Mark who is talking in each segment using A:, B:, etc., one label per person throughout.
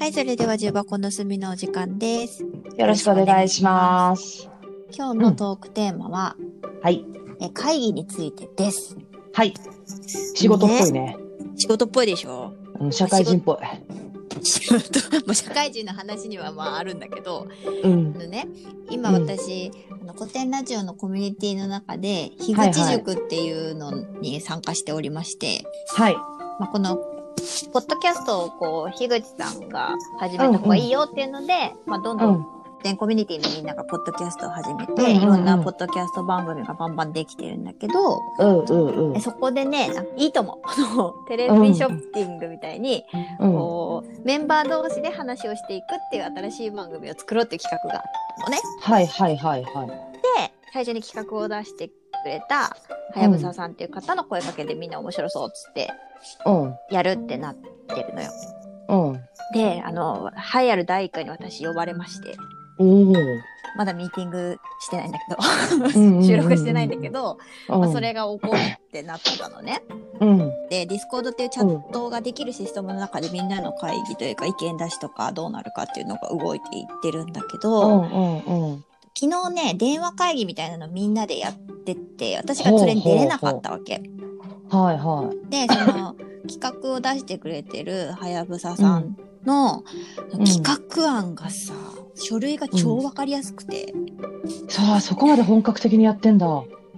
A: はい、それでは重箱の隅のお時間です。
B: よろしくお願いします。
A: 今日のトークテーマは、
B: はい。
A: え会議についてです。
B: はい。仕事っぽいね。
A: 仕事っぽいでしょ
B: うん、社会人っぽい。
A: 仕事、もう社会人の話にはまああるんだけど、
B: うん
A: あ。のね、今
B: うん
A: 私、あの古典ラジオのコミュニティの中で、樋
B: はい
A: 口塾っていうのに参加しておりまして、
B: はい。
A: まあ、この、ポッドキャストをこう、樋口さんが始めた方がいいよっていうので、まあ、どん
B: う
A: どん
B: ん。
A: 全コミュニティのみんながポッドキャストを始めて、
B: うんうんうん
A: いろんなポッドキャスト番組がバンバンできてるんだけど、
B: うんうんうん
A: え。そこでね、なんかいいとも、あのテレビショッピングみたいに、
B: うん。
A: こう、メンバー同士で話をしていくっていう新しい番組を作ろうっていう企画があったのね。
B: はいはいはいは
A: で、最初に企画を出してくれた、はやぶささんっていう方の声かけでみんな面白そうっつって、
B: い。うん。
A: やるってなってるのよ。
B: うん。
A: で、あの、栄えある第一回に私呼ばれまして、
B: おー
A: まだミーティングしてないんだ
B: うんうんうん
A: け
B: う
A: ど、
B: ん
A: 収録してないんだけど、
B: うん。
A: まあ、それが起こるってなったの ね。
B: うん。
A: で、ディスコードっていうチャットができるシステムの中でみんなの会議というか意見出しとかどうなるかっていうのが動いていってるんだけ
B: う
A: ど、
B: んうんうん。
A: 昨日ね、電話会議みたいなのみんなでやってて、私がそれに出れなかったわけ。
B: はいはい。
A: で、その 企画を出してくれてるはやぶささんの
B: ん
A: 企画案がさ、書類が超わかりやすくて、
B: さあ、そこまで本格的にやってんだ。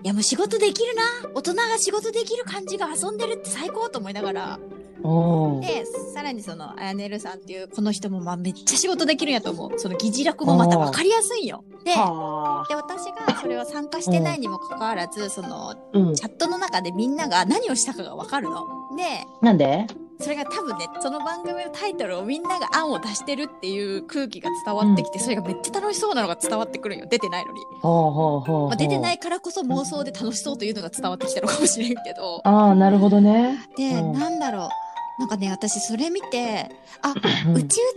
A: いやもう仕事できるな大人が仕事できる感じが遊んでるって最高と思いながら
B: うん。
A: でさらにそのあやねるさんっていうこの人もまあめっちゃ仕事できるんやと思うその議事録もまた分かりやすいんよ。で
B: はあ。
A: で私がそれは参加してないにもかかわらずその
B: うん。
A: チャットの中でみんなが何をしたかが分かるの。で
B: なんで
A: それが多分ねその番組のタイトルをみんなが案を出してるっていう空気が伝わってきて、それがめっちゃ楽しそうなのが伝わってくるんよ出てないのに、
B: はあはあはあ
A: ま
B: は
A: あ、
B: あ。
A: 出てないからこそ妄想で楽しそうというのが伝わってきたのかもしれんけど
B: ああ、なるほどね。
A: で、
B: うん
A: なんだろうなんかね私それ見て
B: う
A: うちうんちの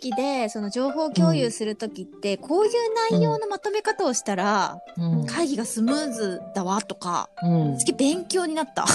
A: 会議でその情報共有する時って、こういう内容のまとめ方をしたら、
B: うん
A: 会議がスムーズだわとか
B: うん
A: すげえ勉強になった。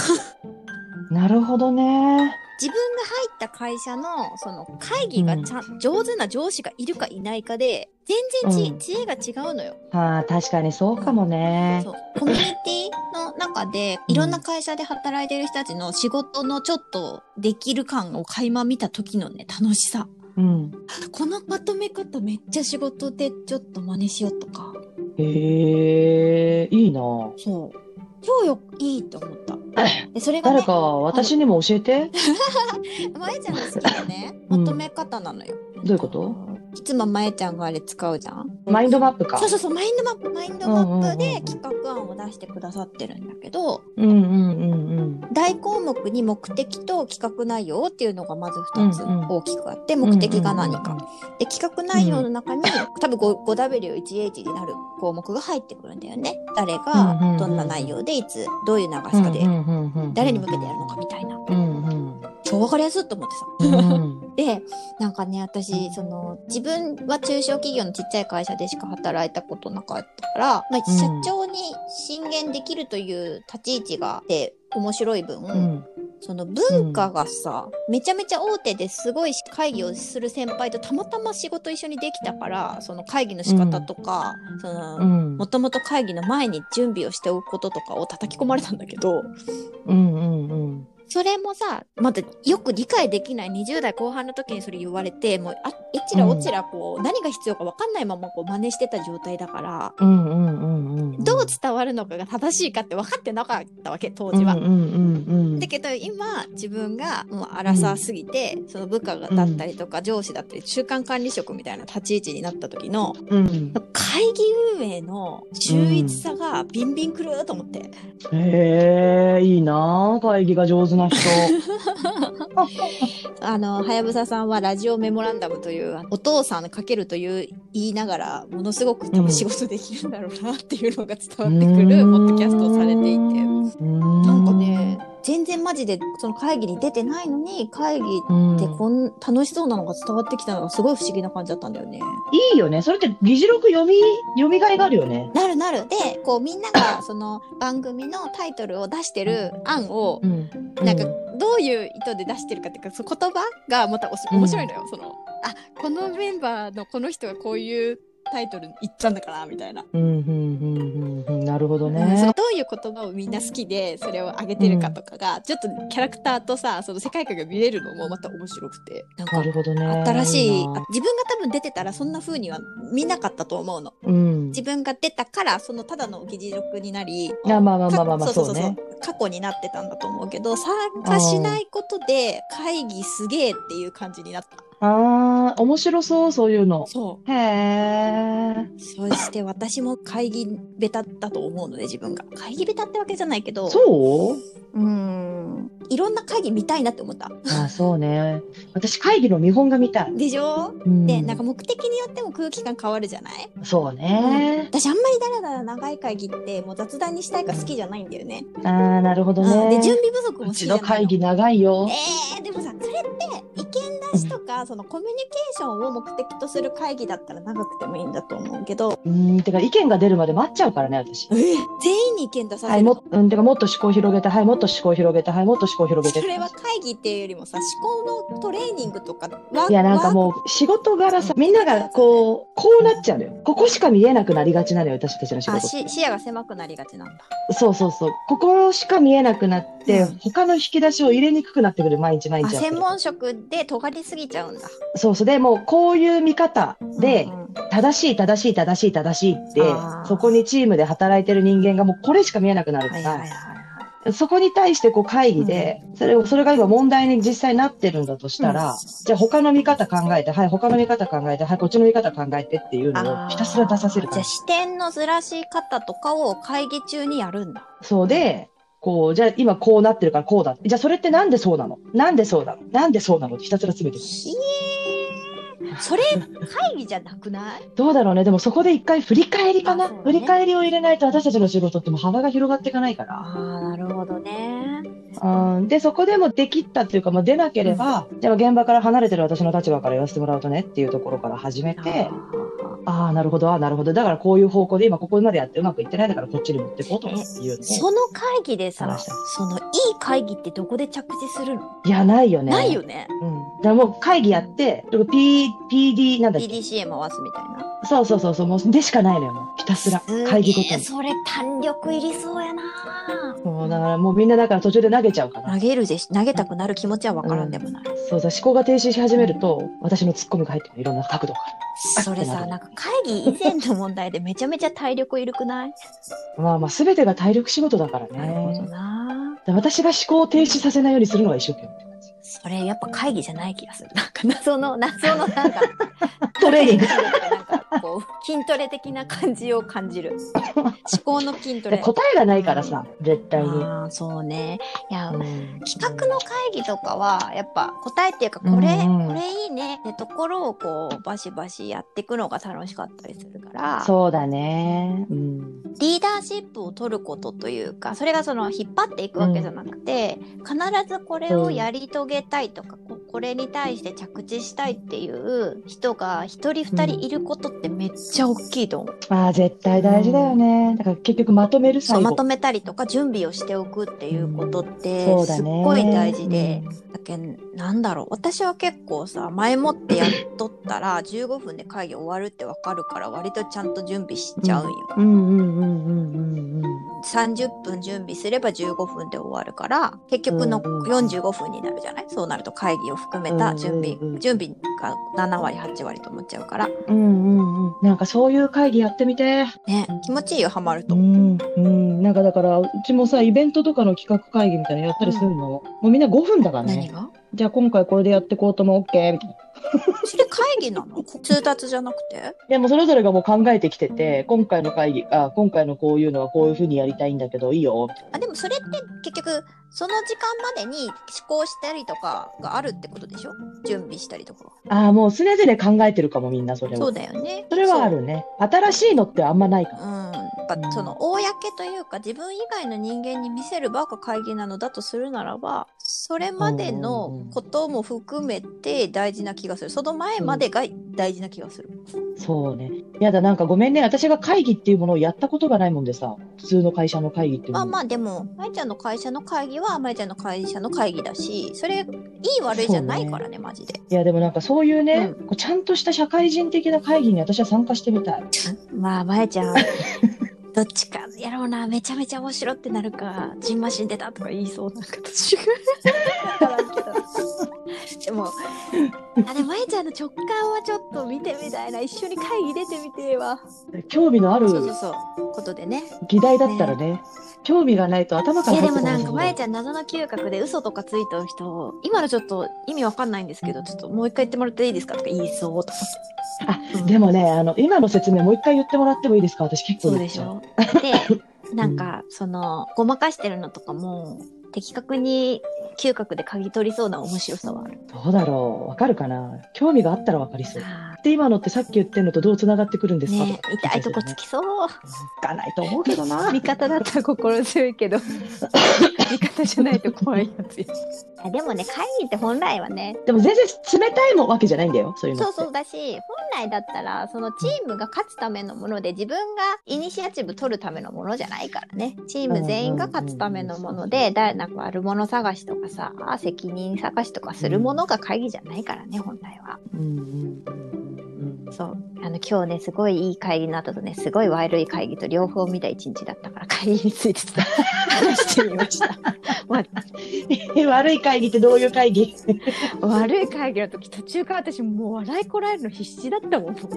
B: なるほどね。
A: 自分が入った会社のその会議がちゃん、上手な上司がいるかいないかで全然ち、
B: うん
A: 知恵が違うのよ、
B: ああ、確かにそうかもね。
A: そうコミュニティの中でいろんな会社で働いてる人たちの仕事のちょっとできる感を垣間見た時のね楽しさ
B: うん。
A: このまとめ方めっちゃ仕事でちょっと真似しようとか
B: へえ、いいな。
A: そう超よいいと思 ったでそれが
B: 誰
A: ね
B: か私にも教えて。
A: まえちゃんが好きなね
B: う
A: ま
B: ん
A: とめ方なのよ、
B: どういうこと
A: いつもまえちゃんがあれ使うじゃん
B: マインドマップか
A: そう。そうそうマインドマップマインドマップ
B: うんうんうんう
A: で
B: ん
A: 企画案を出してくださってるんだけど
B: うんうんうんうん。
A: 大項目に目的と企画内容っていうのがまず2つ
B: うんうん
A: 大きくあって目的が何か、で企画内容の中に多分 5W1H になる項目が入ってくるんだよね誰
B: うんうんう
A: が
B: ん
A: どんな内容でいつどういう長
B: うん
A: さ
B: うん
A: で
B: うんうんうん。
A: 誰に向けてやるのかみたいな
B: うんうん。
A: 超分かりやすいと思ってさ
B: うん
A: でなんかね私その自分は中小企業のちっちゃい会社でしか働いたことなかったから、まあ、
B: うん
A: 社長に進言できるという立ち位置があって面白い分、
B: うん
A: その文化がさ、めちゃめちゃ大手ですごい会議をする先輩とたまたま仕事一緒にできたからその会議の仕方とか、その。
B: うん
A: もともと会議の前に準備をしておくこととかを叩き込まれたんだけど、
B: うんうんうん。
A: それもさまだよく理解できない20代後半の時にそれ言われてもうあえちらおちらこう、何が必要か分かんないままこう真似してた状態だから、
B: うんうんうんうんうん。
A: どう伝わるのかが正しいかって分かってなかったわけ当時は。
B: うんうんうんうん
A: だ。けど今自分がもう荒さすぎて、その部下だったりとか上司だったり中間管理職みたいな立ち位置になった時の
B: うん。
A: 会議運営の秀逸さがビンビンくるーと思って、
B: へえ、いいな。会議が上手 な人。
A: あの、はやぶささんはラジオメモランダムという、お父さんかけるという言いながら、ものすごく多
B: う
A: 分
B: ん
A: 仕事できるんだろうなっていうのが伝わってくる、ポッドキャストをされていて。
B: うん
A: なんかね、全然マジでその会議に出てないのに、会議
B: うん。
A: ってこん、楽しそうなのが伝わってきたのがすごい不思議な感じだったんだよね。
B: いいよね。それって議事録読み、読みがいがあるよね。
A: なるなる。で、こうみんながその番組のタイトルを出してる案を、
B: うん。
A: なんかどういう意図で出してるかっていうかその言葉がまたおし面白いのよ、そのあこのメンバーのこの人がこういうタイトルいっちゃうんだからみたいな、
B: うん、うん、うん、うん、うん、なるほど
A: うんその
B: ね。
A: どういう言葉をみんな好きでそれを上げてるかとかが、ちょっとキャラクターとさその世界観が見れるのもまた面白くてなん
B: な
A: か
B: るほどね。
A: 新しい
B: な
A: あ自分が多分出てたらそんな風には見なかったと思うの
B: うん。
A: 自分が出たからそのただの議事録になり
B: あまあまあまあまあまあ
A: か
B: そうね
A: 過去になってたんだと思うけど参加しないことで会議すげえっていう感じになった
B: ああ、面白そう、そういうの。
A: そ
B: へえ。
A: うそして私も会議ベタだと思うので自分が会議ベタってわけじゃないけど
B: そう
A: うーんいろんな会議見たいなって思った
B: あそうね。私、会議の見本が見たい。
A: でしょ
B: うん
A: でなんか目的によっても空気感変わるじゃない
B: そうね。
A: 私あんまりだらだら長い会議ってもう雑談にしたいから好きじゃないんだよね。
B: ああ、なるほど
A: うん、で
B: ね。
A: 準備不足も
B: う
A: 好き
B: ち
A: じゃ
B: の
A: ない
B: 会
A: の
B: 議長いよ。
A: えー、でもさそれって意見出しとかそのコミュニケーションを目的とする会議だったら長くてもいいんだと思うけど
B: うん、てか意見が出るまで待っちゃうからね、私。
A: 全員に意見出さ
B: は
A: せ
B: い、
A: るの、
B: も、うん、てかもっと思考広げて、はい、もっと思考広げて、はい、もっと思考広げ
A: そ
B: て。
A: れは会議っていうよりもさ思考のトレーニングとかワ
B: いや、なんかもう、仕事柄さ、みんながこう、こうなっちゃうのよ。ここしか見えなくなりがちなのよ、私たちの仕
A: あ
B: 事。
A: し視野が狭くなりがちなんだ。
B: そうそうそう。ここしか見えなくなって、
A: うん
B: 他の引き出しを入れにくくなってくる、毎日毎
A: あ
B: 日やって
A: 専
B: る。
A: 門職で尖りすぎちゃうんだ。
B: そうそう。で、もう、こういう見方で、
A: うんうん
B: 正しい、正しい、正しい、正しいって
A: あー、
B: そこにチームで働いてる人間がもうこれしか見えなくなるか
A: はい
B: ら、
A: はいはいはい。
B: そこに対してこう会議で、それを、それが今問題に実際なってるんだとしたら、
A: うん
B: じゃあ他の見方考えて、はい、他の見方考えて、はい、こっちの見方考えてっていうのをひたすら出させる
A: じ
B: か
A: ゃあ
B: ら。
A: 視点のずらし方とかを会議中にやるんだ。
B: そうで、こう、じゃあ今こうなってるからこうだ。じゃあそれってなんでそうなのなんでそうなのなんでそうなのってひたすら詰めて
A: ひえー。それ会議じゃなくない
B: く。どうだろうね。でもそこで一回振り返りか
A: あ
B: な、
A: そうね
B: 振り返りを入れないと私たちの仕事ってもう幅が広がっていかないから。
A: ああ、なるほどね。
B: うん、で、そこでもできったというか、まあ、出なければ、じゃあ現場から離れてる私の立場から言わせてもらうとねっていうところから始めて、ああ、なるほど、ああ、なるほど。だからこういう方向で今ここまでやってうまくいってないんだからこっちに持っていこうというのを
A: その会議でさ
B: 話した、
A: そのいい会議ってどこで着地するの、
B: いや、ないよね。
A: ないよね。
B: うん。だからもう会議やって、P、PD なんだっけ
A: PDCA 回すみたいな。
B: そうそうそうそう、もうでしかないのよ、もうひたすら。会議ご
A: す
B: と
A: げえ
B: に。
A: それ弾力いりそうやな。
B: そうだからもうみんなだから途中で投げちゃうか
A: 投
B: ら。
A: げるでし、投げたくなる気持ちはわからんでもない。
B: そうそう、思考が停止し始めると、私のツッコミが入ってくる、いろんな角度か
A: それさ、なんか会議以前の問題でめちゃめちゃ体力いるくない
B: ら。まあまあ、すべてが体力仕事だからね。
A: なるほどな。
B: だから私が思考を停止させないようにするのが一生懸命って感じ。
A: それやっぱ会議じゃない気がする。 なんか謎の、謎のなんか、
B: トレーニング。
A: なんかこう、筋トレ的な感じを感じる。思考の筋トレ。
B: 答えがないからさ、絶対に。
A: ああ、そうね。いや、
B: うん
A: 企画の会議とかは、やっぱ答えっていうか、これ、
B: うんうん
A: これいいねってところをこう、バシバシやっていくのが楽しかったりするから。
B: そうだね。うん。
A: リーダーシップを取ることというかそれがその引っ張っていくわけじゃなくて、必ずこれをやり遂げたいとか、ここれに対して着地したいっていう人が一人二人いることってめっちゃ大きいと思う、
B: ああ、絶対大事だよね。だから結局まとめる
A: そう
B: 最後。
A: まとめたりとか準備をしておくっていうことって
B: そうだ
A: すっ
B: ね。
A: ごい大事で。だけんなんだろう私は結構さ前もってやっとったら15分で会議終わるってわかるから割とちゃんと準備しちゃうんよ。
B: うん。うんうんうんうんうん
A: 30分準備すれば15分で終わるから結局の
B: うんうん
A: 45分になるじゃない、そうなると会議を含めた準備、
B: うんうんうん
A: 準備が7割8割と思っちゃうから
B: うんうんうん。なんかそういう会議やってみて。
A: ね気持ちいいよハマると、
B: ん。うん。なんかだから、うちもさ、イベントとかの企画会議みたいなのやったりするの。もうみんな5分だから
A: 何
B: ね。
A: が
B: じゃあ今回これでやってこうとも OK みたいな。
A: それ会議なの 通達じゃなくて
B: でもそれぞれがもう考えてきてて、今回の会議、あ、今回のこういうのはこういうふうにやりたいんだけど、いいよ。
A: あでもそれって結局その時間までに思考したりとかがあるってことでしょ準備したりとか
B: ああ、もう常々考えてるかもみんなそれを。
A: そうだよね
B: それはあるね。新しいのってあんまないか
A: そううんっぱその公というか自分以外の人間に見せるバカ会議なのだとするならばそれまでのことも含めて大事な気がするその前までが大事な気がする。
B: そうね。やだ、なんかごめんね。私が会議っていうものをやったことがないもんでさ、普通の会社の会議っていう
A: まあ
B: もの。
A: まあでも、まゆちゃんの会社の会議はまゆちゃんの会社の会議だし、それ、いい悪いじゃないからね、マジで。
B: いや、でもなんかそういうね、
A: う
B: こうちゃんとした社会人的な会議に私は参加してみたい。
A: まあ、まゆちゃん、 どっちかやろうな、めちゃめちゃ面白ってなるか、ジンマシン出たとか言いそうなんか私がわからんけどでも、あれ、まゆちゃんの直感はちょっと見てみたいな、一緒に会議出てみてえわ。
B: 興味のある
A: そうそうそう、ことでね。
B: 議題だったらね、興味がないと頭か
A: い
B: ら
A: や
B: 入
A: でも
B: ってこ
A: な
B: ない
A: んか、
B: もん
A: ま
B: ね
A: やちゃん、謎の嗅覚で嘘とかついてる人を、今のちょっと意味わかんないんですけど、ちょっともう一回言ってもらっていいですかとか言いそうと
B: あ
A: う、ん
B: でもね、あの、今の説明もう一回言ってもらってもいいですか私結
A: そ
B: 構
A: う
B: 言
A: で
B: っ
A: し
B: ちゃう。
A: ょ で、なんか、その、ごまかしてるのとかも、的確に嗅覚で嗅ぎ取りそうな面白さはある。
B: どうだろうわかるかな興味があったらわかりそう。
A: あ
B: で、今のってさっき言ってんのとどう繋がってくるんですか
A: ね
B: か
A: 痛いとこつ
B: き。
A: きそう。
B: つかないと思うけど な。
A: 味方だったら心強いけ ど、味方じゃないと怖いやつや。あでもね、会議って本来はね、
B: でも全然冷たいもわけじゃないんだよ、そういうの
A: そ
B: っ
A: う
B: て。
A: そうだし本来だったらそのチームが勝つためのもので自分がイニシアチブ取るためのものじゃないからねチーム全員が勝つためのもの
B: うんうんうん
A: で誰なんか悪者探しとかさ責任探しとかするものが会議じゃないからね本来は
B: うんうんうんうん
A: そうあの今日ねすごいいい会議の後とねすごい悪い会議と両方見た一日だったから会議についてちょっと話してみました
B: うん。悪い会議ってどういう会議
A: 悪い会議の時途中から私もう笑いこらえるの必死だったもんす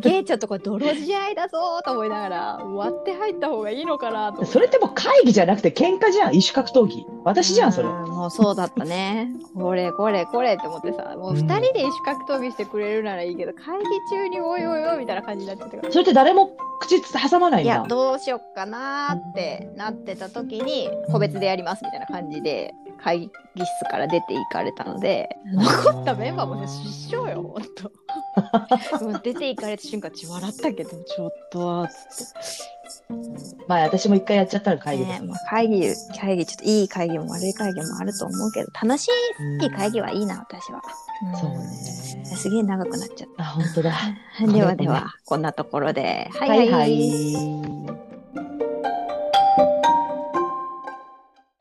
A: げえちょっとこれ泥仕合だぞーと思いながら割って入った方がいいのかなと思って
B: それってもう会議じゃなくて喧嘩じゃん、異種格闘技。私じゃん、それ
A: う。もうそうだったねこれこれこれって思ってさもう2人で意思格闘技してくれるならいいけど、会議中においおいおいみたいな感じになってたから。
B: それって誰も口つ挟まない
A: い
B: んだ。
A: やどうしよっかなーってなってた時に個別でやりますみたいな感じで会議室から出て行かれたので残ったメンバーもね失笑よほん ともう出て行かれた瞬間ち笑ったけどちょっとはっつっ
B: まあ私も一回やっちゃったら
A: て、
B: 会議です
A: ね
B: ね
A: まあ会議会議ちょっといい会議も悪い会議もあると思うけど楽しい会議はいいな私は、ん
B: そうね。
A: すげえ長くなっちゃっ
B: あ、本当だ。
A: たではではこんなところでは
B: はい
A: は
B: はいい。